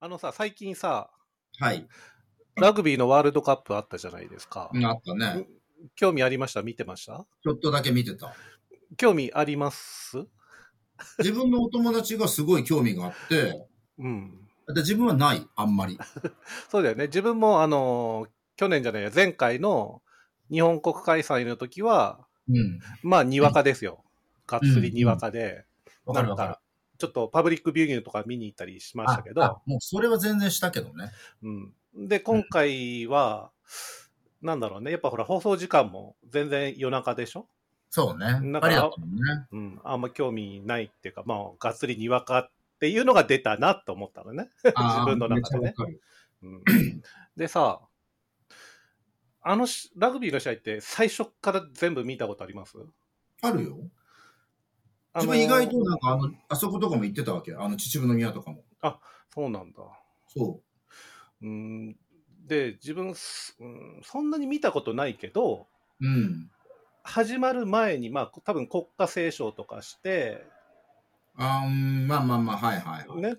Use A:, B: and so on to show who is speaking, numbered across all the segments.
A: あのさ、最近さ、
B: はい。
A: ラグビーのワールドカップあったじゃないですか。
B: あったね。
A: 興味ありました見てました
B: ちょっとだけ見てた。
A: 興味あります
B: 自分のお友達がすごい興味があって、
A: うん。
B: で自分はない、あんまり。
A: そうだよね。自分も、あの、去年じゃないや、前回の日本国開催の時は、
B: うん。
A: まあ、にわかですよ。がっつりにわかで、
B: わかるわか
A: なん
B: る。
A: ちょっとパブリックビューイングとか見に行ったりしましたけど、
B: ああもうそれは全然したけどね。
A: うん。で、今回は、なんだろうね。やっぱほら、放送時間も全然夜中でしょ
B: そうね。
A: な
B: や
A: んか
B: っぱりだったもんね。
A: うん。あんま興味ないっていうか、まあ、がっつりにわかっていうのが出たなと思ったのね。
B: あー
A: 自分の中でね
B: めっちゃわかる
A: うん、でさ、あのしラグビーの試合って最初から全部見たことあります
B: あるよ。
A: あ
B: 自
A: の
B: 分意外となんかあの、あそことかも行ってたわけ。あの、秩父の宮とかも。
A: そうなんだ。
B: そ
A: うん、で、自分、すうん、そんなに見たことないけど、
B: う。うん。
A: 始まる前に、まあ、多分国歌斉唱とかして、
B: あーうんまあまあまあ、はいはいはい。
A: ね、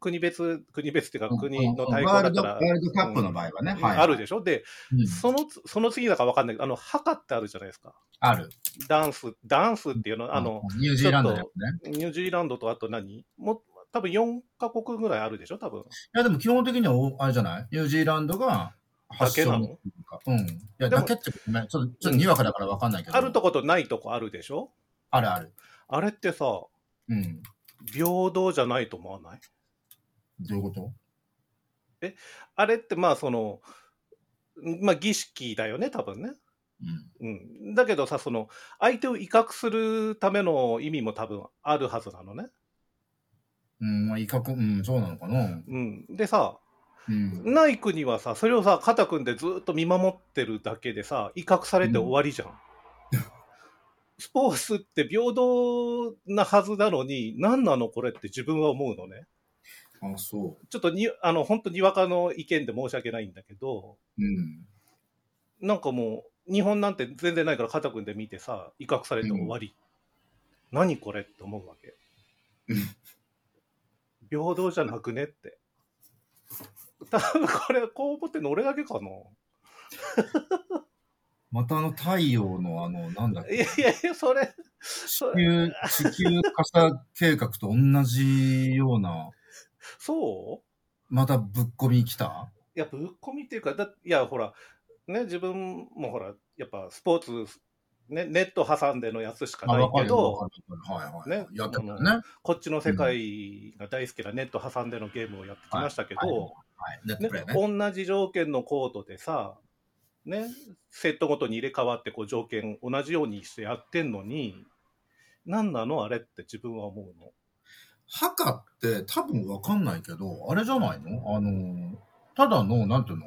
A: 国別、国別っていう
B: う
A: か、
B: ん
A: 国の対
B: ワ
A: 抗だ
B: ール
A: か
B: ド
A: ら
B: ワ、ールドカップの場合はね。はい、
A: ある
B: で
A: でしょで、
B: うん、
A: そのつ、その次だかわかんないけど、あの、墓ってあるじゃないですか。
B: ある。
A: ダンス、ダンスっていうの、あの、、
B: ニュージーランドだよね。
A: ニュージーランドとあと何もう多分4カ国ぐらいあるでしょ多分。
B: いや、でも基本的にはお、あれじゃないニュージーランドが発祥
A: だけなの
B: っていうかうん。いや、
A: でも
B: だけってごめん。ちょっと、ちょっとにわかだからわかんないけど。
A: あるとことないとこあるでしょ
B: あるある。
A: あれってさ、
B: うん。
A: 平等じゃないと思わない
B: どういうこと
A: あれってまあその、まあ儀式だよね、多分ね。
B: うん。
A: うん。だけどさ、その、相手を威嚇するための意味も多分あるはずなのね。
B: うん、まあ、威嚇、うん、そうなのかな。
A: うん。でさ、
B: うん。
A: ない国はさ、それをさ、肩組んでずっと見守ってるだけでさ、威嚇されて終わりじゃん。スポーツって平等なはずなのに、何なのこれって自分は思うのね。
B: あ、そ
A: ちょっとに、あの、本当にわかの意見で申し訳ないんだけど、
B: う。うん。
A: なんかもう、日本なんて全然ないから肩組んで見てさ、威嚇されて終わり。何これって思うわけ
B: うん。
A: 平等じゃなくねって。多分これ、こう思ってんの俺だけかな。
B: またあの太陽のあの、なんだっ
A: い
B: け、
A: やいやいや、それ、
B: 地
A: そ
B: 球、地球化さ計画と同じような、
A: そ
B: またぶっ込み来た
A: ういや、ぶっ込みっていうか、だいや、ほら、ね、自分もほら、やっぱスポーツ、ね、ネット挟んでのやつしか
B: あ、
A: ない
B: わか
A: け
B: るよ
A: ど、
B: わかるよはいはい。
A: ね
B: やってたよ
A: あ
B: ね。
A: こっちの世界が大好きなネット挟んでのゲームをやってきましたけど、
B: はいはい。ネットプレイね。
A: ね、同じ条件のコートでさ、ね、セットごとに入れ替わってこう条件同じようにしてやってんのに、何なのあれって自分は思うの。
B: 墓って多分わかんないけど、あれじゃないのあの、ただの、なんていうの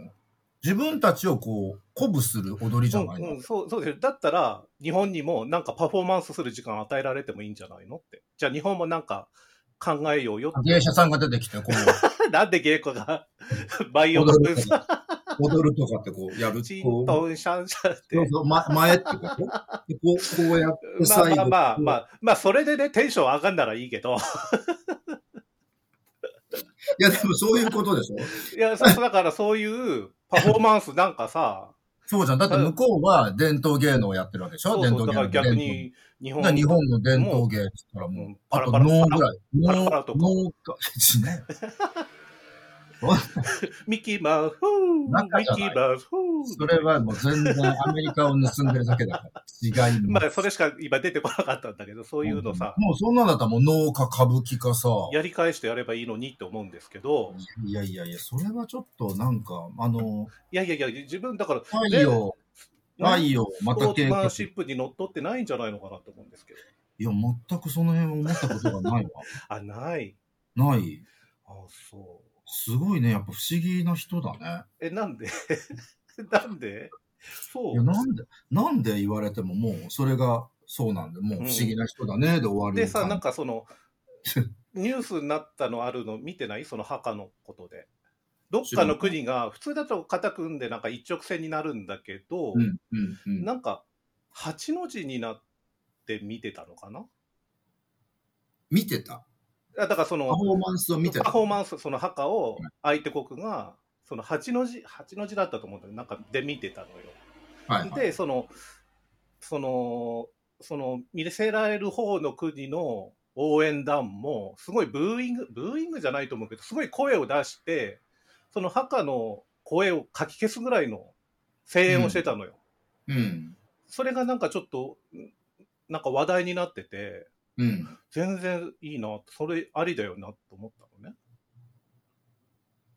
B: 自分たちをこう、鼓舞する踊りじゃないの、
A: うんうん、そうそうですだったら日本にもなんかパフォーマンスする時間与えられてもいいんじゃないのってじゃあ日本もなんか考えようよって
B: 芸者さんが出てきて、こ う、
A: なんで稽古がバイオの
B: 踊る
A: 分散
B: 踊るとかってこう、やる
A: チ
B: こ
A: ン
B: う
A: トンシャンシャンっ
B: そう
A: て
B: そうま前ってことでこう、こうやって
A: まあ
B: 最
A: まあ
B: 後。
A: まあまあまあそれでねテンション上がんならいいけ ど
B: いや、でもそういうことでしょ
A: いやそうだからそういうパフォーマンスなんか さ
B: そうじゃん。だって向こうは伝統芸能をやってるわけでしょ
A: そう
B: 伝
A: そう
B: 統
A: だ
B: 芸
A: から
B: 能。
A: 逆
B: 伝
A: に日本
B: 統。だから日本の伝統芸って言ったら
A: う
B: もう、
A: んパ
B: あ
A: ラ
B: と
A: パラ
B: 脳ぐらい。
A: パラパラとか
B: 脳か。 しね。
A: ミッキーマウスフーミ
B: 中じ
A: ッ
B: ゃ
A: キ
B: ない
A: ーマウスフー
B: それはもう全然アメリカを盗んでるだけだから。違い
A: ま
B: ま。
A: すあそれしか今出てこなかったんだけどそういうのさ、
B: もうそんなんだったらもう農家歌舞伎かさ。
A: やり返してやればいいのにって思うんですけど、
B: いやいやいや、それはちょっとなんか、あの、
A: いやいやいや、自分だから、
B: 太陽、太
A: ね
B: 陽、また
A: スポー
B: 計
A: ツマ
B: 画。
A: ンシップにのっとってないんじゃないのかなと思うんですけど。
B: いや、全くその辺は思ったことがないわ。
A: あ、ない。
B: ない。
A: あ、そう。
B: すごいね、やっぱ不思議な人だね。
A: え、なんでなんでそ
B: いや、
A: う。
B: なんで、なんで言われてももう、それが、そうなんで、もう不思議な人だね、で終わる。
A: でさ、なんかその、ニュースになったのあるの見てないその墓のことで。どっかの国が、普通だと肩組んでなんか一直線になるんだけど、
B: うん、うん、うん。
A: なんか、八の字になって見てたのかな
B: 見てた。
A: だからその
B: パフォーマンスを見て
A: パ
B: た。
A: フォーマンス、その墓を相手国が、その8の字、8の字だったと思うんだけど、なんかで見てたのよ。
B: はいはい。
A: で、その、その、その見せられる方の国の応援団も、すごいブーイング、ブーイングじゃないと思うけど、すごい声を出して、その墓の声をかき消すぐらいの声援をしてたのよ。
B: うん。
A: それがなんかちょっと、んなんか話題になってて、
B: うん。
A: 全然いいな、それありだよなと思ったのね。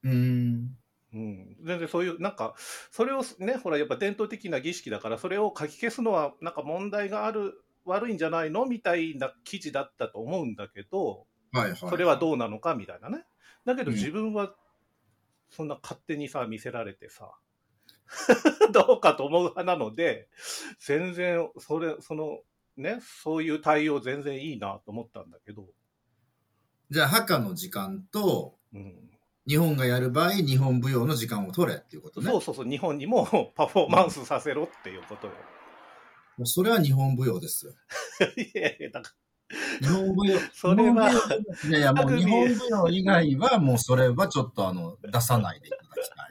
B: うん。
A: うん、全然そういう、なんか、それをね、ほら、やっぱ伝統的な儀式だから、それを書き消すのは、なんか問題がある、悪いんじゃないのみたいな記事だったと思うんだけど、
B: はいはい。
A: それはどうなのかみたいなね。だけど
B: うん
A: 自分は、そんな勝手にさ、見せられてさ、 どうかと思う派なので、全然、それ、その、ね、そういう対応全然いいなと思ったんだけど、
B: じゃあ、墓の時間と、
A: うん。
B: 日本がやる場合、日本舞踊の時間を取れっていうことね。
A: そうそうそう、日本にも パフォーマンスさせろっていうことよ。
B: もうそれは日本舞踊ですよ。
A: いやいや、だから
B: 日本舞踊。
A: それは
B: 日本舞踊。いやいや、もう日本舞踊以外は、もうそれはちょっとあの、出さないでいただきたい。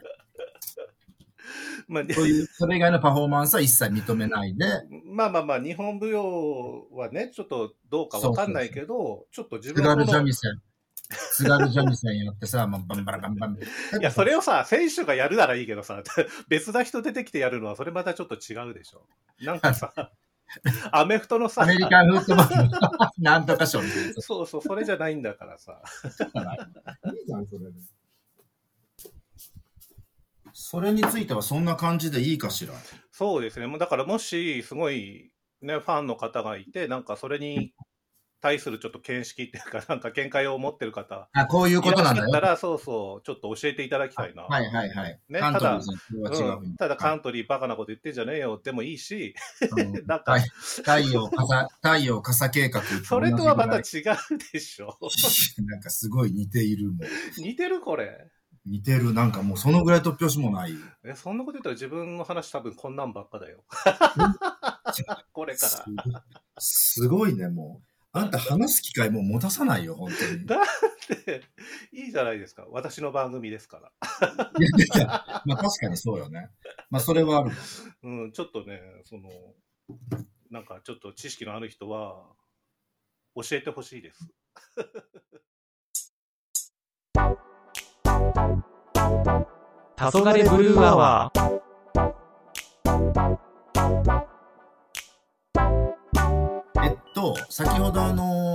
A: まあ、で
B: そういう、それ以外のパフォーマンスは一切認めないで、
A: まあまあまあ、日本舞踊はね、ちょっとどうかわかんないけど、ちょっと自
B: 津
A: 分の
B: 軽
A: この
B: 三味線、津軽三味線やってさ、まあ、バンバラバン バン。い
A: いや、それをさ、選手がやるならいいけどさ、 別な人出てきてやるのは、それまたちょっと違うでしょ。なんか さ、アメフトの
B: ア
A: さ
B: メ、リカンフットボールのなんとか賞みたいなやつ
A: そうそう、それじゃないんだからさ。
B: じゃない。いいじゃん、それで。それについてはそんな感じでいいかしら。
A: そうですね。もうだから、もし、すごい、ね、ファンの方がいて、なんかそれに対するちょっと見識っていうか、なんか見解を持ってる方、
B: あ、こういう
A: い
B: こ
A: ら
B: と
A: っ
B: なん
A: し
B: だ
A: ゃ
B: よ
A: った。ら、そうそう、ちょっと教えていただきたいな。
B: はいはいはい。
A: ね
B: カントリーさんそれは違う、
A: うん、ただカ
B: ン
A: ントリーバカなこと言ってんじゃねえよでもいいし、 なんか
B: はい、太陽傘、太陽傘計画。
A: それとはまた
B: 同
A: 違
B: じ
A: うでしょ。
B: ぐらい なんかすごい似ているもん。
A: 似てるこれ。
B: 似てる。なんかもうそのぐらい突拍子もない。
A: え、そんなこと言ったら自分の話多分こんなんばっかだ よ。これ
B: す
A: か
B: ごいすごいね、もう。あんた話す機会もう持たさないよ、本当 に。
A: だら。でいいじゃないですか。私の番組ですから。
B: いやいやいやまあ確かにそうよね。まあそれはある。
A: うん、ちょっとね、その、なんかちょっと知識のある人は、教えてほしいです。
C: 黄昏ブルーアワー。
B: えっと、先ほどあの、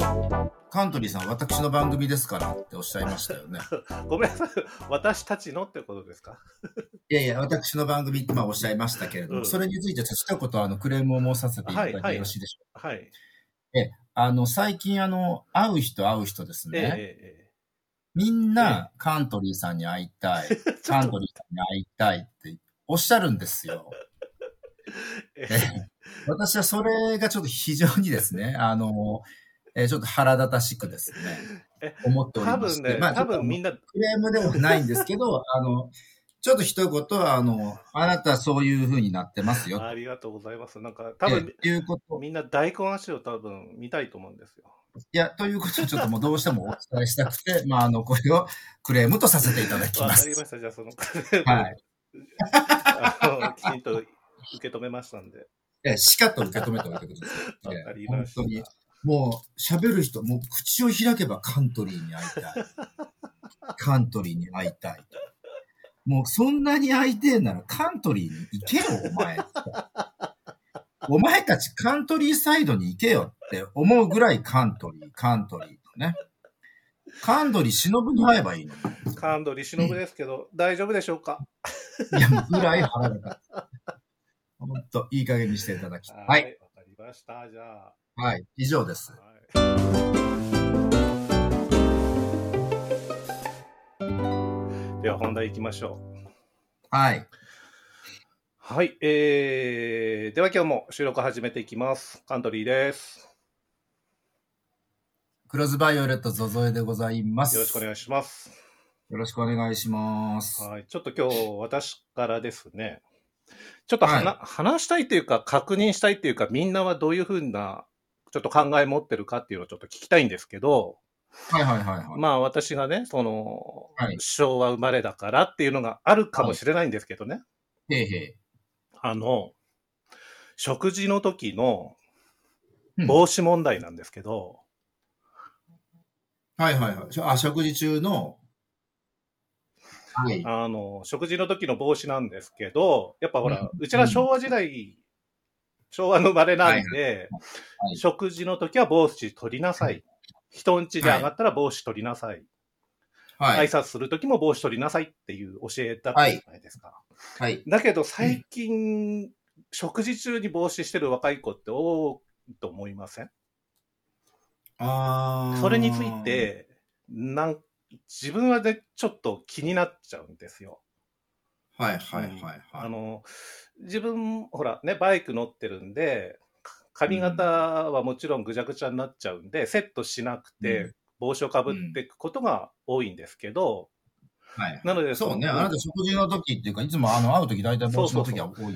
B: カントリーさん、私の番組ですからっておっしゃいましたよね。
A: ごめんなさい。私たちのってことですか
B: いやいや、私の番組ってまあおっしゃいましたけれども、
A: うん
B: それについてちょっと一言あのクレームを申させていただい
A: は
B: て
A: い
B: よろしいでしょう
A: はい。
B: か。あの、最近あの、会う人会う人です
A: ええ
B: ね。
A: え
B: みんなカントリーさんに会い たい、
A: えええ。ちょ
B: カ
A: っ
B: ン
A: と
B: トリーさんに会いたいっておっしゃるんですよ。
A: え
B: ええ私はそれがちょっと非常にですね、あの、えーちょっと腹立たしく ですね
A: え、
B: 思っており
A: 多
B: まし
A: 分
B: て、
A: ね、
B: まあ、
A: 多分み
B: ちょっ
A: んな
B: とクレームではないんです けど、あの、ちょっと一言、あの、あなたそういう風になってますよ。
A: ありがとうございます。なんか、
B: え
A: 多
B: ー
A: 分、
B: ということ、
A: みんな大根足を多分見たいと思うんですよ。
B: いや、ということをちょっともうどうしてもお伝えしたくて、 まあ、あの、これをクレームとさせていただき
A: わ
B: ま
A: か
B: す
A: り。ました。じゃあ、その、
B: はい。
A: あの、きちんと受け止めましたんで。
B: えーしかと受け止めておいてくださ
A: わ
B: い。
A: か
B: え
A: り
B: ー
A: ま
B: 本
A: し
B: 当に
A: た。。
B: もう喋る人、もう口を開けばカントリーに会いたい。カントリーに会いたい。もうそんなに会いてえならカントリーに行けよ、お前。お前たちカントリーサイドに行けよって思うぐらいカントリー、カントリーとね。カントリー忍に会えばいいのに。
A: カンドリ忍ですけど、大丈夫でしょうか
B: いや、ぐらい腹が立つ。ほんと、いい加減にしていただきたい。はい。。
A: わかりました。じゃあ。
B: はい。以上です。
A: はいでは本題行きましょう。
B: はい。
A: はい、えー、では今日も収録始めていきます。カントリーです。
B: 黒ズバイオレットゾゾエでございます。
A: よろしくお願いします。
B: よろしくお願いします。
A: はい、ちょっと今日私からですね、ちょっとはな、
B: は
A: 話したいというか、確認したいというか、みんなはどういうふうな、ちょっと考え持ってるかっていうのをちょっと聞きたいんですけど、
B: はいはいはいはい。
A: まあ私がね、その、
B: はい
A: 昭和生まれだからっていうのがあるかもしれないんですけどね。
B: へいへ
A: あの、食事の時の
B: うん
A: 帽子問題なんですけど、
B: い。はいはいはい。あ、食事中の。はい。
A: あの、食事の時の帽子なんですけど、やっぱほら、
B: う
A: うんちら昭和時代、昭和の生まれなんで、
B: はい
A: 食事の時は帽子取りなさい。人ん家で上がったら帽子取りなさい。
B: はい。
A: 挨拶する時も帽子取りなさいっていう教えだったじゃないですか。
B: はい。
A: だけど最近、食事中に帽子してる若い子って多いと思いません
B: あー
A: それについ。て、なん自分はね、ちょっと気になっちゃうんですよ。
B: はいはいはい
A: あ
B: はい。
A: の、自分、ほら、ね、バイク乗ってるんで、か髪型はもちろんぐちゃぐちゃになっちゃうんで、セットしなく
B: う
A: て、帽子をかぶっていくことが多いんですけど、
B: はい。
A: なので、
B: そうね。
A: の
B: あなた食事の時っていうか、いつもあの会う時大体帽子の時は多いよね。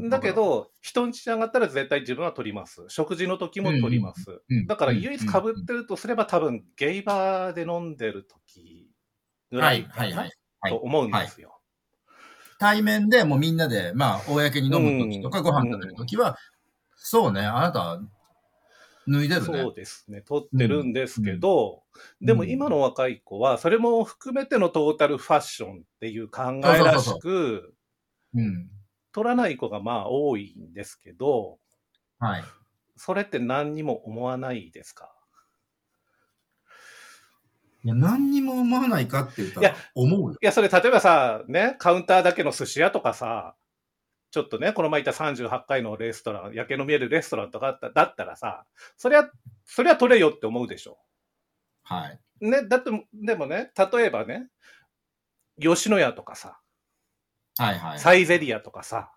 B: うん
A: だけ、ど、人んち上がったら絶対自分は取ります。食事の時も取ります。
B: うん
A: だから唯一被ってるとすれば多分ゲイバーで飲んでる時ぐら
B: はい
A: い
B: はいはい。
A: と思うんですよ。
B: 対面でもうみんなで、まあ、公に飲む時とか、
A: うん
B: ご飯食べる時は、そうね、あなた、脱いでるね。
A: そうですね。取ってるんですけど、でも今の若い子はそれも含めてのトータルファッションっていう考えらしく、
B: うん。
A: 取らない子がまあ多いんですけど、
B: はい。
A: それって何にも思わないですか
B: いや、何にも思わないかって言った
A: い
B: ら
A: や、
B: 思うよ。
A: いや、それ例えばさ、ね、カウンターだけの寿司屋とかさ、ちょっとね、この前行った38回のレストラン、夜景の見えるレストランとかあっただったらさ、そりゃ、そりゃ取れよって思うでしょ。
B: はい。
A: ね、だって、でもね、例えばね、吉野家とかさ、
B: はいはい。
A: サイゼリアとかさ、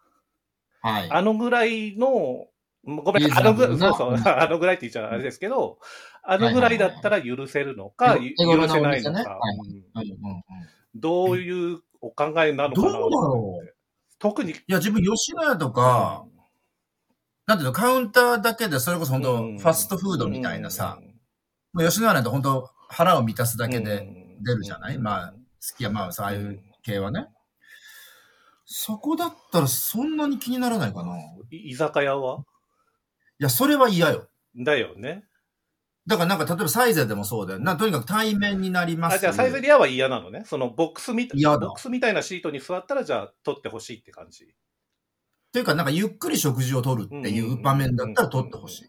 B: はい。
A: あのぐらいの、ごめ
B: リ
A: ん、
B: ーズ
A: あ
B: ナ
A: の
B: ブ
A: ぐ
B: ル
A: らい、
B: な
A: そうそう、 あのぐらいって言っちゃあれですけど、あのぐらいだったら許せるのか、
B: はい
A: ゆ
B: 手頃
A: 許
B: な
A: せない
B: お
A: の
B: 店ね
A: か、
B: はい
A: うん
B: うんうんうん
A: どういうお考えなのかな
B: どうだろ
A: う特に
B: いや、自分、吉野家とか、なんていうの、カウンターだけで、それこそ本当、ファストフードみたいなさ、、もう吉野家なんて本当、腹を満たすだけで、出るじゃないまあ好きや、まあ、そうああいう系はね。そこだったらそんなに気にならないかな。い
A: い居酒屋は
B: や、それは嫌よ。
A: だよね。
B: だからなんか、例えばサイゼでもそうだよ。な、とにかく対面になります。
A: あ、じゃあサイゼリアは嫌なのね。そのボックスみたい
B: 嫌だ
A: ボックスみたいなシートに座ったら、じゃあ取ってほしいって感じ。
B: というか、なんかゆっくり食事をとるっていう場面だったら取ってほしい。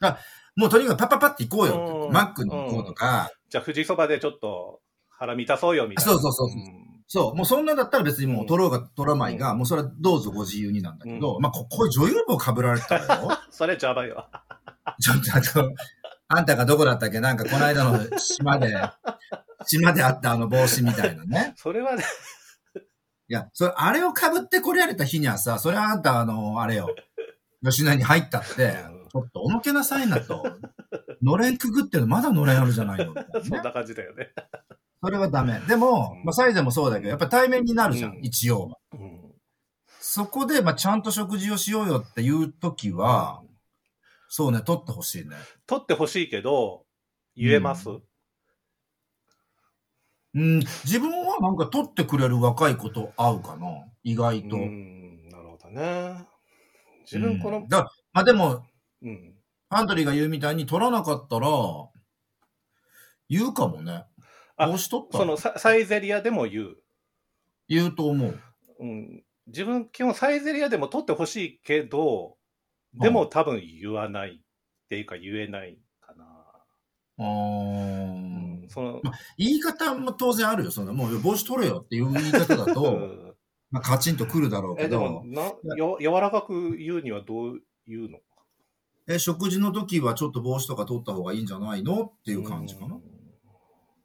B: だからもうとにかくパッパッパって行こうよって
A: うん
B: マックに行こうとか、
A: じゃあ富士そばでちょっと腹満たそうよみたいな。
B: そうそうそうそうんそう、もうそんなんだったら別にもう取ろうが取らないが、
A: う
B: もうそれはどうぞご自由になんだけど、
A: うん
B: まあ、ここういう女優帽被られてたらよ。
A: それ邪魔よ。
B: ちょっとあと、あんたがどこだったっけなんかこの間の島 で、島であったあの帽子みたいなね。
A: それはね、
B: いや、それ、あれを被ってこれられた日にはさ、それはあんたあの、あれよ、 吉野家に入ったって、ちょっとおのけなさいなと。のれんくぐってるのまだのれんあるじゃないの、みたいなね
A: そんな感じだよね。
B: それはダメ。でも、まあ、サイゼもそうだけど、やっぱ対面になるじゃん、
A: うん
B: 一応は。
A: うん
B: そこで、まあ、ちゃんと食事をしようよっていう時は、そうね、取ってほしいね。
A: 取ってほしいけど、言えます、
B: うんうん、自分はなんか取ってくれる若い子と会うかな、意外と。
A: うんなるほどね。自分この、
B: うんだからまあでも、
A: うん
B: アントリーが言うみたいに取らなかったら、言うかもね。
A: あ
B: 帽子取った
A: そ
B: ら
A: のササイゼリアでも言う。
B: 言うと思う。
A: うん、自分、基本サイゼリアでも取ってほしいけど、でも多分言わないっていうか言えないかな。
B: あ
A: う
B: ー
A: ん、その、
B: 言い方も当然あるよ。そのもう帽子取れよっていう言い方 だ
A: う
B: と、
A: ん
B: まあ、カチンとくるだろうけ
A: え、でも
B: ど、
A: なよ、柔らかく言うにはどう言うのっ
B: え食事の時はちょっと帽子とか取った方がいいんじゃないのって
A: て
B: いう感じかな。う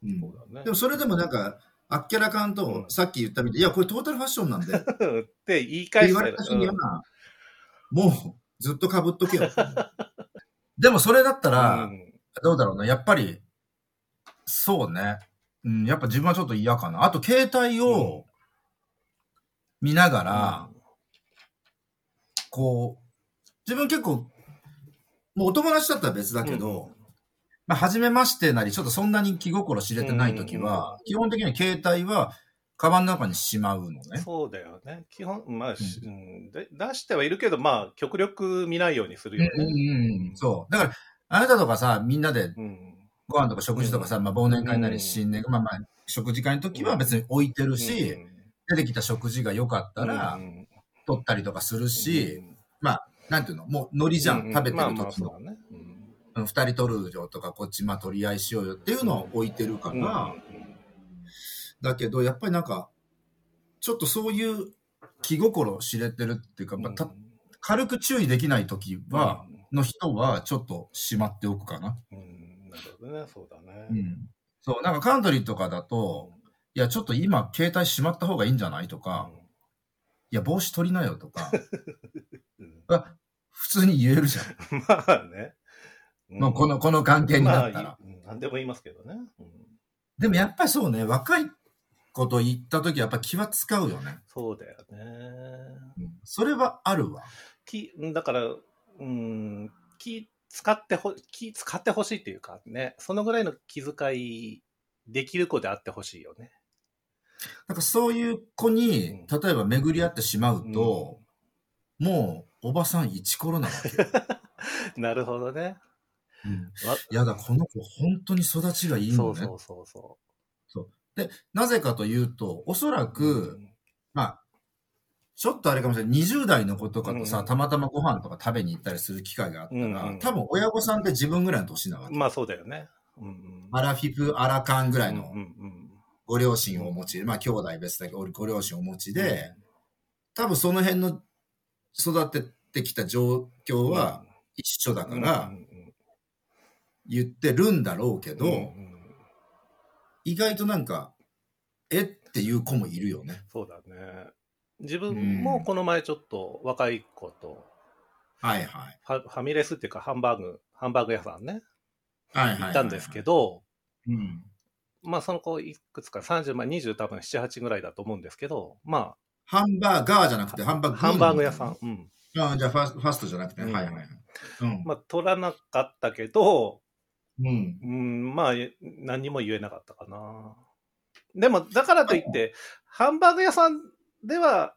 B: ん
A: そうだね。
B: でもそれでもなんか、あっけらかんと
A: う、ん
B: さっき言ったみたいに、いや、これトータルファッションなんで、
A: って言い
B: って
A: 返し
B: 言わ
A: た
B: れ
A: ら
B: た日には、もうずっと被っとけよ。 でもそれだったら、
A: うん
B: どうだろうな、やっぱり、そうね。うん、やっぱ自分はちょっと嫌かな。あと、携帯を見ながら、こう、自分結構、もうお友達だったら別だけど、まあ、初めましてなり、ちょっとそんなに気心知れてない時は、基本的には携帯は、カバンの中にしまうのね。
A: そうだよね。基本、まあ、しうんで出してはいるけど、まあ、極力見ないようにするよ
B: うん
A: ね。
B: うんうん。そう。だから、あなたとかさ、みんなで
A: うん。
B: ご飯とか食事とかさ、まあ、忘年会な
A: う
B: り
A: ん
B: 新年、まあまあ、食事会の時は別に置いてるし、出てきた食事が良かったら、取ったりとかするし、なんていうのもう、海苔じゃん。食べてる時の。
A: ね。
B: うん二人取るよとか、こっちまあ取り合いしようよっていうのを置いてるから、だけど、やっぱりなんか、ちょっとそういう気心知れてるっていうか、まあ、た軽く注意できない時は、の人は、ちょっとしまっておくかな。
A: うん。なるほどね、そうだ
B: う
A: ね。
B: ん。そう、なんかカントリーとかだと、いや、ちょっと今、携帯しまった方がいいんじゃないとか、いや、帽子取りなよとか、
A: うん
B: あ普通に言えるじゃん。
A: まあね。
B: もうこの、この関係になったら
A: まあ。い何でも言いますけどね。うん
B: でもやっぱりそうね、若いこと言った時はやっぱ気は使うよね。
A: そうだよね。
B: うんそれはあるわ。
A: 気、うんだから、うん、気使ってほ、気使ってほしいっていうかね、そのぐらいの気遣いできる子であってほしいよね。
B: なんかそういう子に、
A: う
B: 例えば巡り合ってしまうと、もう、おばさん一コロなわ けよ。
A: なるほどね。
B: うん
A: わ
B: やだ、この子本当に育ちがいい
A: そ
B: の
A: う
B: ね
A: そ。うそうそ
B: なぜかというと、おそら
A: う。
B: く、まあ、ちょっとあれかもしれない。20代の子とかとさ、
A: うん
B: たまたまご飯とか食べに行ったりする機会があったら、
A: うんうん
B: 多分親御さんって自分ぐらいの年なわけ。
A: まあそうだよね。うんうん。
B: アラフィフ、アラカンぐらい
A: うんう
B: の
A: ん
B: ご両親をお持ちで、まあ兄弟別だけど、ご両親をお持ちで、、多分その辺の育ってってきた状況
A: うん
B: は、一緒だ
A: う
B: か
A: ん
B: ら言ってるんだろうけど、
A: うんうん
B: 意外となんか、えっていう子もいるよね。
A: そうだね。自分もこの前ちょっと若い子と、
B: はいはい。
A: ファファミレスっていうかハンバーグ、ハンバーグ屋さんね、
B: はいはいはい、
A: 行ったんですけ
B: ど。
A: ど、
B: うん。
A: まあその子いくつか30、まあ20多分7、8ぐらいだと思うんですけど、ま
B: ハンバーガーじゃなくて、ハンバ
A: あ
B: ーグ
A: ハンバーグ屋さん。。うん。
B: ああじゃあファス、ファストじゃなくて、
A: うん
B: はいはいはい。うん。
A: まあ取らなかったけど、
B: うん。
A: うん、まあえ何も言えなかったかな。でもだからといって、ハンバーグ屋さんでは、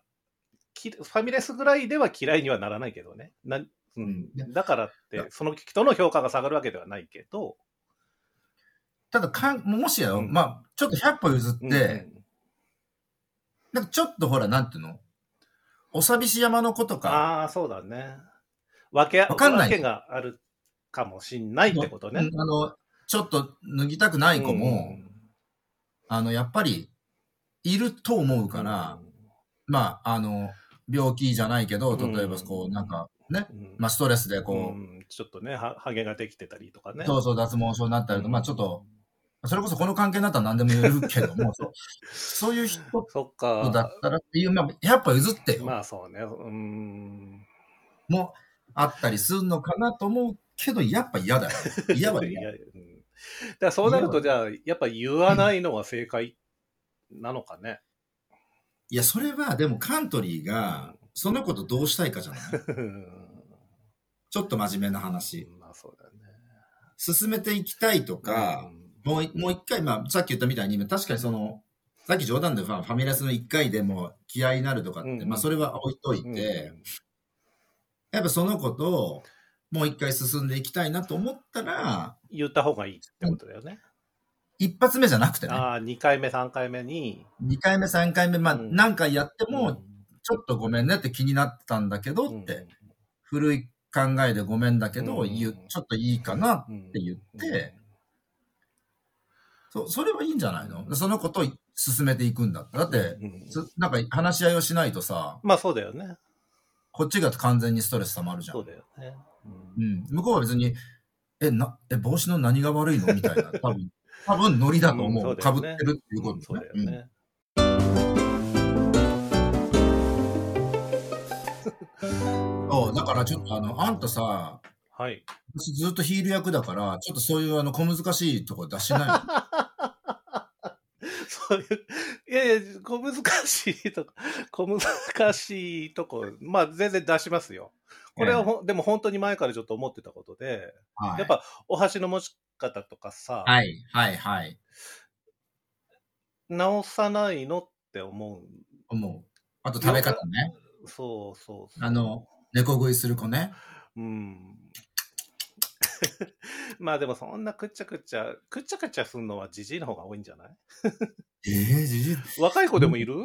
A: きファミレスぐらいでは嫌いにはならないけどね。なう
B: うん
A: ん
B: いや、
A: だからっ
B: いや
A: て、その人の評価が下がるわけではないけど、
B: ただかん、もしやよ、
A: うん
B: まあ、ちょっと100歩譲って、
A: うんうん
B: なんかちょっとほら、なんていうのお寂し山の子とか、
A: ああ、そうだね。わけ、
B: わかんない
A: わけがあるかもしんないってことね。
B: うんあの、ちょっと脱ぎたくない子も、
A: うん
B: あの、やっぱり、いると思うから、まあ、あの、病気じゃないけど、例えば、こう、
A: うん
B: なんか、ね、
A: うん、うん
B: まあ、ストレスで、こう、
A: うんちょっとねはハゲができてたりとかね
B: そうそう、脱毛症になったりとか、まあ、ちょっと、それこそこの関係になったら何でも言えるけど も、そうそういう人
A: そっ
B: だ
A: か
B: ったらっていう、まあ、やっぱ譲ってよ、
A: まあそうねうん
B: もあったりするのかなと思うけど、やっぱ嫌 だよ。嫌は嫌。
A: いやうんだからそうなるとじゃあやっぱ言わないのは正解なのかね、
B: いや、それは、でもカントリーが、その子とどうしたいかじゃないちょっと真面目な話。
A: まあそうだよね
B: 進めていきたいとか、もういもう一回、まあ、さっき言ったみたいに、確かにその、さっき冗談でファファミレスの一回でもう気合になるとかって、
A: うん
B: まあ、それは置いといて、
A: うん
B: やっぱその子と、もう一回進んでいきたいなと思ったら、
A: 言った方がいいってことだよね、
B: 一発目じゃなくてね、
A: ああ2回目3回目に
B: 二回目、三回目、まあ、
A: うん
B: 何回やっても、ちょっとごめんねって気になったんだけどって、古い考えでごめんだけど、
A: うん
B: 言うちょっといいかな、
A: って
B: 言って、そそれはいいんじゃないのその子と進めていくんだったら。だって、
A: うんうん
B: すなんか話し合いをしないとさ、
A: まあそうだよね
B: こっちが完全にストレス溜まるじゃん。
A: そうだよね、うん
B: うん。向こうは別に、え、な、え、帽子の何が悪いのみたいな。多分、多分ノリだと思う。
A: うん
B: 被
A: そ
B: っ
A: う
B: て
A: だよね
B: るっていうこ
A: そ
B: と
A: うだよね。
B: うんそう、だからちょっとあの、あんたさ、
A: はい。
B: 私ずっとヒール役だから、ちょっとそういうあの、小難しいとこ出し ないの。
A: そういう、いやいや、小難しいとこ、小難しいとこ、まあ全然出しますよ。これはほん、でも本当に前からちょっと思ってたことで、
B: はい
A: やっぱお箸の持ち方とかさ、
B: はい、はい、はい。
A: 直さないのって思う。
B: 思う。あと食べ方ね。
A: そうそうそう。
B: あの、猫食いする子ね。
A: うん。 まあでもそんなくっちゃくっちゃ、くっちゃくちゃすんのはじじいの方が多いんじゃない
B: ええじじ
A: 若い子でもいる、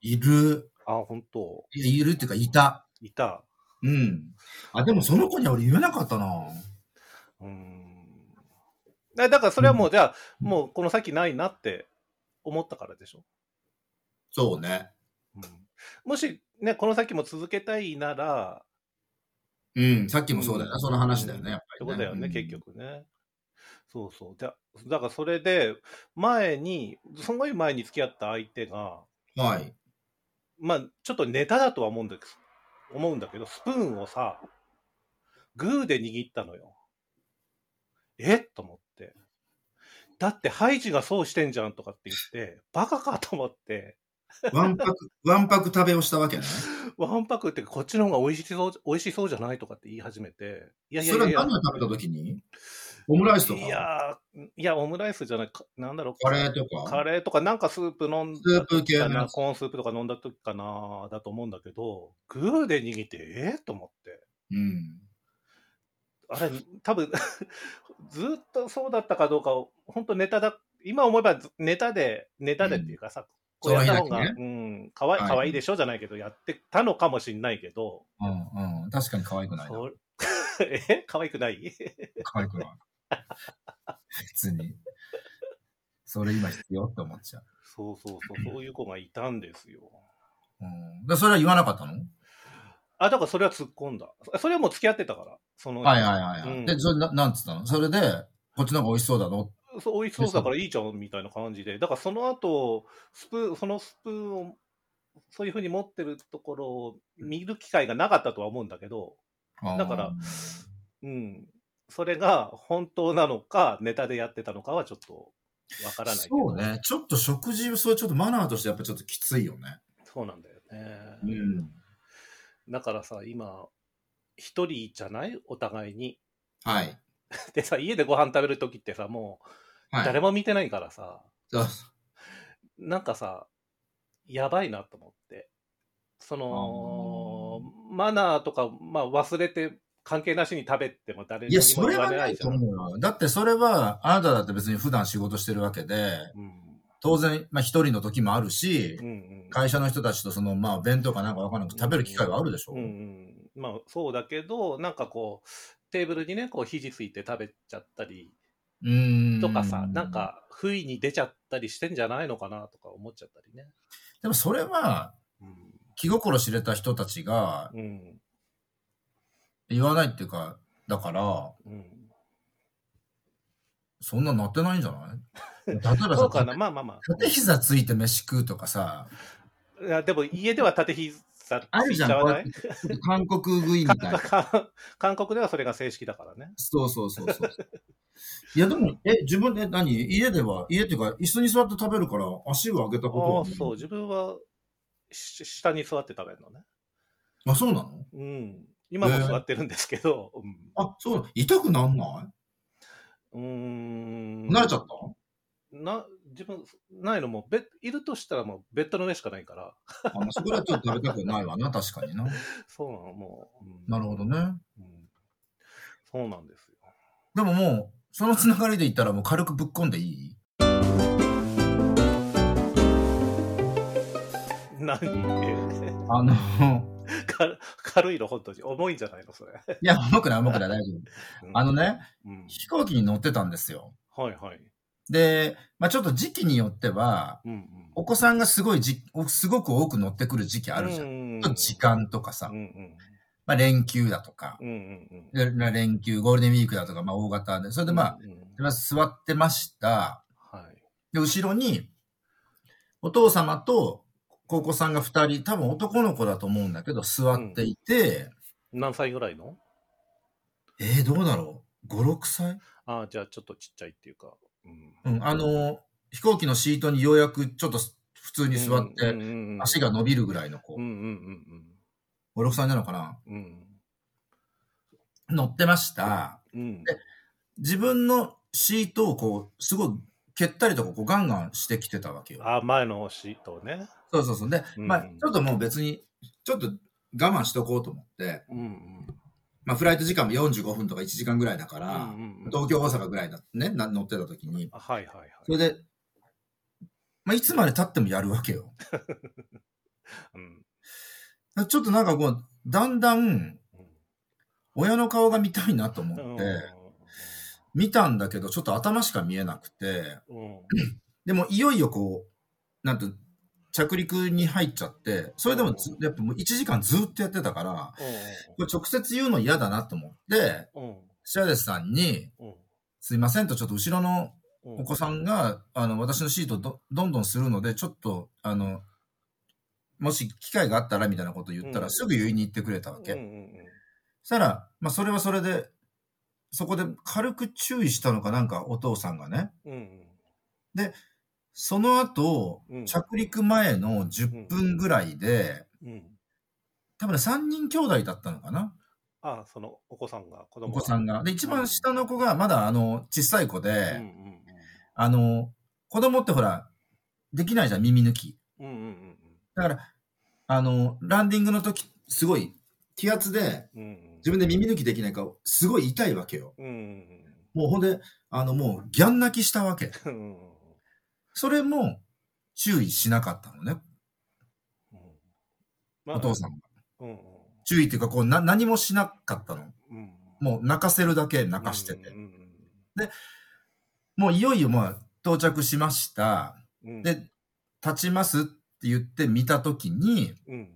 B: いる。
A: あ、本当
B: いやいるっていうか、いた。
A: いた。
B: うん。あ、でもその子には俺言えなかったな。
A: うん。だだからそれはもう、じゃあ、もうこの先ないなって思ったからでしょ、
B: そうね。
A: うん、もしね、この先も続けたいなら、
B: うん、さっきもそうだ
A: う
B: よ
A: ん
B: な。その話だよね、やっ
A: そ
B: ぱり、ね。
A: うだよね、
B: うん
A: 結。局ね。そうそう。だだからそれで、前に、すごい前に付き合った相手が、
B: はい。
A: まあ、ちょっとネタだとは思うんだけど、思うんだけど、スプーンをさ、グーで握ったのよ。えと思って。だって、ハイジがそうしてんじゃんとかって言って、バカかと思って、
B: わんぱく、 わんぱく食べをしたわけね。
A: ワンパクってこっちの方が美味しそう、美味しそうじゃないとかって言い始めて、いやいや
B: そ
A: いや
B: れ
A: いや
B: は何を食べた時にオムライスとか
A: いやー、いや、オムライスじゃない、かなんだろう、
B: カレーとか
A: カレーとか、なんかスープ飲んだ
B: スープ系
A: か
B: の
A: な、
B: やつ。
A: コーンスープとか飲んだ時かな、だと思うんだけど、グーで握って、えーと思って。
B: うん。
A: あれ、多分 ずーっとそうだったかどうかを、本当ネタだ、今思えばずネタで、ネタでっていうかさ、こうやった方が、
B: その日だ
A: うん、かわい
B: はい
A: かわいいでしょじゃないけど、やってたのかもしんないけど、
B: うんうん。確かに可愛くないな。
A: そ え可愛くない
B: 可愛くない。別に。それ今必要って思っちゃう。
A: そうそう そう、そういう子がいたんですよ。
B: うん。でそれは言わなかったの
A: あ、だからそれは突っ込んだ。それはもう付き合ってたから。その、
B: はいはいはいはい。
A: うん
B: で、それな、なんつったのそれで、こっちの方が美味しそうだの
A: そう美味しそうだからいいじゃんみたいな感じで。だからその後、スプーン、そのスプーンを、そういうふうに持ってるところを見る機会がなかったとは思うんだけど、だから
B: うん
A: うん。それが本当なのか、ネタでやってたのかはちょっとわからないけど。
B: そう。ね。ちょっと食事、そうちょっとマナーとしてやっぱちょっときついよね。
A: そうなんだよね。
B: ん。
A: だからさ、今、一人じゃないお互いに。
B: はい。
A: でさ、家でご飯食べるときってさ、もう
B: はい。
A: 誰も見てないからさ、
B: そう
A: なんかさ、やばいなと思って。その、マナーとか、まあ忘れて関係なしに食べても誰
B: い
A: に
B: や、
A: も
B: それ
A: 言わ
B: は
A: れ
B: な
A: ない
B: い
A: じゃ
B: と
A: ん。
B: 思うよ。だってそれは、あなただって別に普段仕事してるわけで、
A: うん
B: 当然、まあ一人の時もあるし
A: う、んうん
B: 会社の人たちとその、まあ弁当かなんかわかんなくて食べる機会はあるでしょ。
A: うんうんまあそうだけど、なんかこう、テーブルにね、こう肘ついて食べちゃったり
B: うん
A: とかさ、なん。か不意に出ちゃったりしてんじゃないのかなとか思っちゃったりね。
B: でもそれは、気心知れた人たちが
A: うん。うん。
B: 言わないっていうか、だから、
A: うん
B: そんななってないんじゃ ない例えばさ、
A: そうかな、まあまあま
B: 縦膝ついて飯食うとかさ、
A: あ。いやでも家では縦膝
B: ある
A: ついち
B: じゃん、
A: ゃ
B: こう
A: わな
B: やっ
A: い
B: てちょっと韓国食いみたいな。
A: 韓韓国ではそれが正式だからね。
B: そうそうそうそう。いや、でも、え、自分で何家では、家っていうか、椅子に座って食べるから、足を上げたこと
A: あ
B: は
A: あ、そう、自分はし下に座って食べるのね。
B: あ、そうなの
A: うん。今も座ってるんですけど、
B: あ、そうなの痛くなんな
A: うん。うー
B: い
A: ん。
B: 慣れちゃった
A: な、自分、ないのもうベッ、いるとしたらもうベッドの上しかないから、
B: あのそこではちょっと食べたくないわな、確かにな。
A: そうなの、もう。うん
B: なるほど。ね。
A: うんそうなんですよ。
B: でももう、そのつながりで言ったらもう軽くぶっこんでいい
A: 何え
B: あの、
A: 軽軽いの、本当に。重いんじゃないの、それ。
B: いや、甘くない甘くない、大丈夫。あのね、
A: うん、
B: 飛行機に乗ってたんですよ。
A: はいはい。
B: で、まあちょっと時期によっては、
A: うんうん。
B: お子さんがすごいじ、すごく多く乗ってくる時期あるじゃん。
A: ん
B: 時間とかさ
A: うん、うん。
B: まあ連休だとか
A: う、んうんうん。
B: で連休、ゴールデンウィークだとか、まあ大型で、それでまあ、
A: うんうん
B: でまあ座ってました。
A: はい。
B: で、後ろに、お父様と、お子さんが二人、多分男の子だと思うんだけど、座っていて、
A: 何歳ぐらいの
B: えー、どうだろう ?5、6歳
A: ああ、じゃあちょっとちっちゃいっていうか。うん
B: うん、あの、飛行機のシートにようやくちょっと普通に座っ
A: うん
B: て、
A: うんうんうん
B: 足が伸びるぐらいの子
A: うんう、ん
B: 5、6歳なのかな
A: うんうん。うん
B: 乗ってました。
A: うん。
B: 自分のシートをこう、すごい蹴ったりとかこうガンガンしてきてたわけよ。
A: あ、前のシートね。
B: そうそうそう。で、
A: うん
B: まあ、ちょっともう別に、ちょっと我慢しとこうと思って、
A: うんうん。
B: まあ、フライト時間も45分とか1時間ぐらいだから、
A: うんうんうん
B: 東京、大阪ぐらいだね、な乗ってた時に、
A: はいはいはい。
B: それで、まあ、いつまで経ってもやるわけよ。
A: うん
B: ちょっとなんかこう、だんだん、親の顔が見たいなと思
A: うん
B: って、見たんだけど、ちょっと頭しか見えなくて、
A: うん
B: でもいよいよこう、なんて、着陸に入っちゃって、それでもずやっぱもう1時間ずっとやってたから、これ直接言うの嫌だなと思って、
A: うん
B: シャデスさんに、
A: うん
B: すいませんと、ちょっと後ろの
A: うん
B: お子さんが、あの、私のシートどどんどんするので、ちょっと、あの、もし機会があったらみたいなこと言ったら、
A: うん
B: すぐ言いに行ってくれたわけ。
A: うんうんうん
B: そしたら、まあ、それはそれで、そこで軽く注意したのかなんかお父さんがね、
A: うん
B: その後、
A: うん
B: 着陸前の10分ぐらいで、
A: うんうん
B: 多分ね3人兄弟だったのかな、
A: あ、そのお子さんが、子供
B: お子さん
A: が。
B: が。で、一番下の子がまだあの、小さい子で、
A: うんうん
B: あの、子供ってほら、できないじゃん、耳抜き。
A: うんうんうん
B: だから、あの、ランディングの時、すごい、気圧で、
A: うんうん
B: 自分で耳抜きできないから、すごい痛いわけよ。
A: うんうん
B: もうほんで、あの、もう、ギャン泣きしたわけ。
A: うんうん
B: それも、注意しなかったのね、
A: うんまあ
B: お父さんが。
A: うんうん
B: 注意っていうか、こう、な、何もしなかったの。
A: うん
B: もう、泣かせるだけ泣かして
A: う
B: て。
A: ん
B: もう、いよいよ、まあ、到着しました。
A: うんうん、
B: で、立ちますって言って見たときに、
A: うん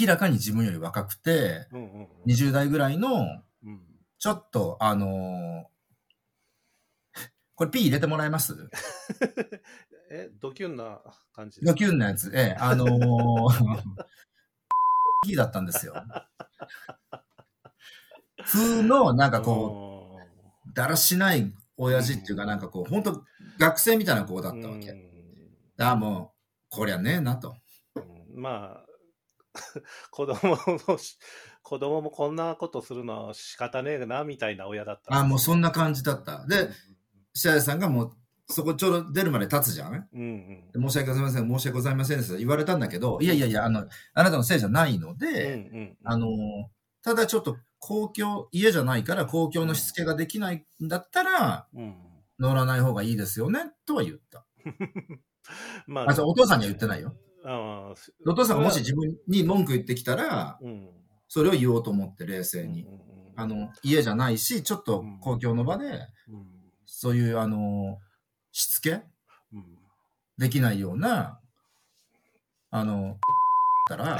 B: 明らかに自分より若くて、
A: うんうんうん
B: 20代ぐらいの、
A: うん
B: ちょっと、あのーこれ P 入れてもらえます
A: え、ドキュンな感じ
B: ドキュンなやつ。ええ、あのー、P だったんですよ。風の、なんかこう、だらしない親父っていうか、なんかこう、本当学生みたいな子だ
A: だ
B: ったわけ。
A: ん
B: ああ、もう、こりゃねえなと。
A: うんまあ、 子供もし、子供もこんなことするのは仕方ねえな、みたいな親だった。
B: ああ、もうそんな感じだった。で、シャイさんがもう、そこちょうど出るまで立つじゃん
A: うんうん。
B: 申し訳ございません、申し訳ございませんでした。言われたんだけど、いやいやいや、あの、あなたのせいじゃないの
A: うん
B: で、
A: うん。
B: あのー、ただちょっと公共、家じゃないから公共のしつけができないんだったら、
A: うん、
B: 乗らない方がいいですよね、とは言った。
A: ま
B: あ、そう、お父さんには言ってないよ。
A: ああ
B: お父さんがもし自分に文句言ってきたら、
A: うん。
B: それを言おうと思って、冷静に
A: う。んうんうん
B: あ、の、家じゃないし、ちょっと公共の場で、
A: うん
B: そういう、あのー、しつけ
A: うん
B: できないような、あの、たら、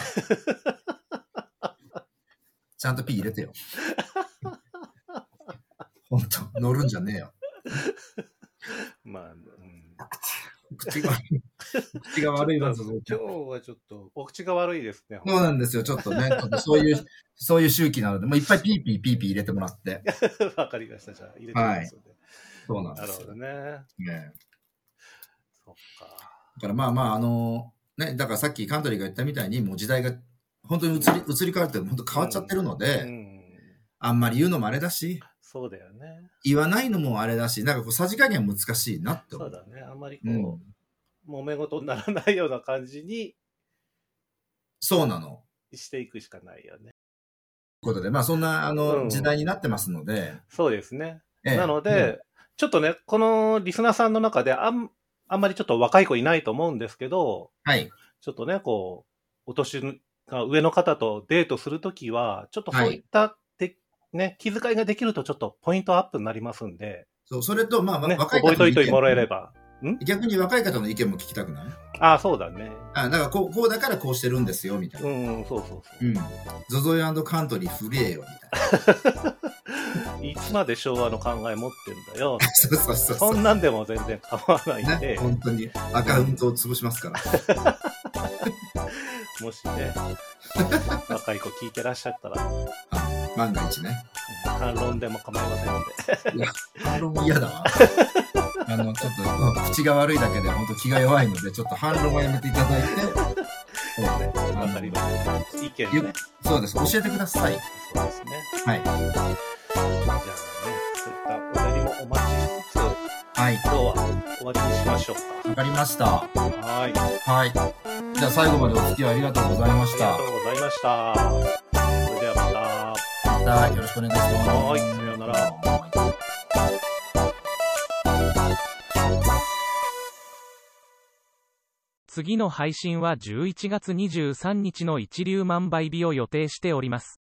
B: ちゃんと P 入れてよ。本当乗るんじゃねえよ。
A: まあ、うん
B: 口が悪い。口が悪いわ、そ
A: ち
B: う
A: ょっと今日はちょっと、お口が悪いですね。
B: そうなんですよ、ちょっとね。ちょっとそういう、そういう周期なので、もういっぱいピーピーピーピー入れてもらって。
A: わかりました。じゃあ、入れてみますので。
B: そうなん
A: な
B: で
A: る
B: す
A: ほ
B: よ
A: ど
B: ね。
A: ね。
B: だ
A: そっか。
B: からまあまあ、あのね、だからさっきカントリーが言ったみたいに、もう時代が本当に移り、移り変わって、本当変わっちゃってるので、
A: うん。
B: あんまり言うのもあれだし、
A: そうだよね。
B: 言わないのもあれだし、なんかこう、さじ加減難しいなって思
A: そう
B: う。
A: だね。あんまりこ
B: う
A: う、
B: ん、
A: 揉め事にならないような感じに
B: そうなの。
A: していくしかないよね。
B: ということで、まあそんな、あ
A: う
B: の、
A: ん
B: 時代になってますので。
A: そうですね。
B: ええ
A: なので、、ちょっとね、このリスナーさんの中であん、あんまりちょっと若い子いないと思うんですけど、
B: うんはい。
A: ちょっとね、こう、お年が上の方とデートするときは、ちょっとそういったて、ね、気遣いができるとちょっとポイントアップになりますんで、
B: そう、それと、まあ、まあ
A: ね、
B: 若い
A: 覚えといてもらえれ
B: ば。
A: ば。
B: 逆に若い方の意見も聞きたくない
A: ああ、そうだね。
B: あ、だからこう、こうだからこうしてるんですよ、みたいうな。
A: ん、そうそうそうう。
B: ん。ゾゾイカントリーフレーよ、みたいな。
A: いつまで昭和の考え持ってんだよ。
B: そうそうそうそ
A: そん
B: う。
A: なんでも全然構わないん
B: ね
A: で、、
B: 本当にアカウントを潰しますから。
A: もしね、若い子聞いてらっしゃったら、
B: あ万が一ね。
A: 反論でも構いませんので。
B: 反論も嫌だわ。 あの、ちょっとうん、口が悪いだけで、本当気が弱いので、ちょっと反論はやめていただいて。そうね
A: わかりました。意見ね。
B: そうです。教えてください。
A: そうですね。
B: はい。
A: じゃあね、そういったお便りもお待ちしつつ、
B: はい。
A: 今日は終わりにしましょう
B: わかりました。
A: か。はい。
B: はい。じゃあ最後までお付き合いありがとうございまし
A: あ
B: た
A: りが。とうございました。それではまた。
B: またよろしくお願いします。
A: はいさようなら
B: はい
C: 次の配信は11月23日の一粒万倍日を予定しております。